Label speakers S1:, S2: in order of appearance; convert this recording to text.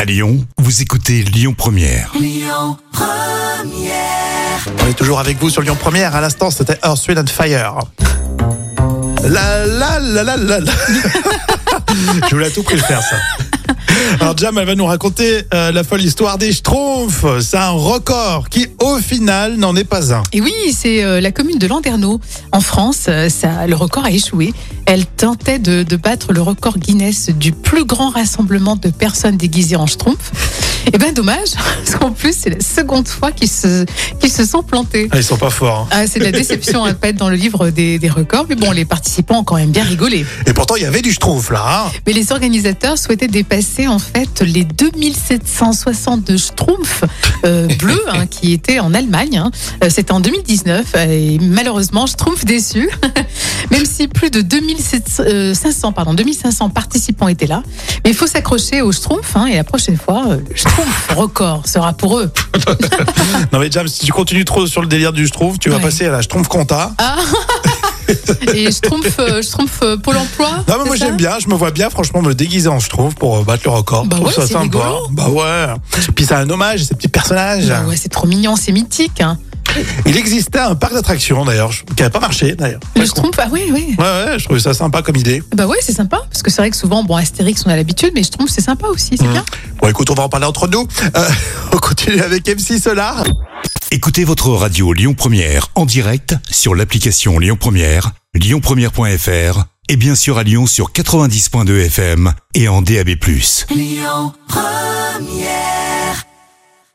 S1: À Lyon, vous écoutez Lyon Première.
S2: On est toujours avec vous sur Lyon Première. À l'instant, c'était Earth, Wind and Fire. La la la la la. la. Je voulais à tout prix le faire ça. Alors Jam, elle va nous raconter euh, la folle histoire des Schtroumpfs. C'est un record qui, au final, n'en est pas un.
S3: Et oui, c'est euh, la commune de Landerneau, en France. euh, ça, le record a échoué. Elle tentait de, de battre le record Guinness du plus grand rassemblement de personnes déguisées en schtroumpf. Et ben dommage, parce qu'en plus, c'est la seconde fois qu'ils se, qu'ils se sont plantés.
S2: Ah, ils sont pas forts. hein.
S3: Ah, c'est de la déception à pas être dans le livre des, des records, mais bon, les participants ont quand même bien rigolé.
S2: Et pourtant, il y avait du Schtroumpf là. hein.
S3: Mais les organisateurs souhaitaient dépasser en fait les 2762 Schtroumpfs euh, bleus hein, qui étaient en Allemagne. hein. Euh, C'était en 2019 euh, et malheureusement Schtroumpf déçu. Même si plus de 2700, euh, 500, pardon, 2500 participants étaient là. Mais il faut s'accrocher aux Schtroumpfs hein, et la prochaine fois, euh, le Schtroumpf record sera pour eux.
S2: Non mais Jam, si tu continues trop sur le délire du Schtroumpf, tu vas
S3: Ouais.
S2: passer à la Schtroumpf Compta.
S3: Et Schtroumpf, euh, Schtroumpf euh, Pôle emploi
S2: Non mais
S3: c'est
S2: moi
S3: ça
S2: j'aime bien, je me vois bien franchement me déguiser en Schtroumpf pour euh, battre le record.
S3: Bah
S2: Je trouve
S3: ouais,
S2: ça
S3: c'est
S2: sympa.
S3: rigolo.
S2: Bah ouais. Puis c'est un hommage à ces petits personnages.
S3: Ah ouais, c'est trop mignon, c'est mythique. hein.
S2: Il existait un parc d'attractions d'ailleurs, qui n'avait pas marché d'ailleurs.
S3: Le Schtroumpf, ah oui, oui.
S2: Ouais, ouais, je trouvais ça sympa comme idée.
S3: Bah ouais, c'est sympa, parce que c'est vrai que souvent, bon, Astérix, on a l'habitude, mais je trouve que c'est sympa aussi,
S2: Mmh.
S3: c'est bien.
S2: Bon, écoute, on va en parler entre nous. Euh, on continue avec MC Solar.
S1: Écoutez votre radio Lyon Première en direct sur l'application Lyon Première, lyonpremière.fr et bien sûr à Lyon sur 90.2 FM et en DAB+.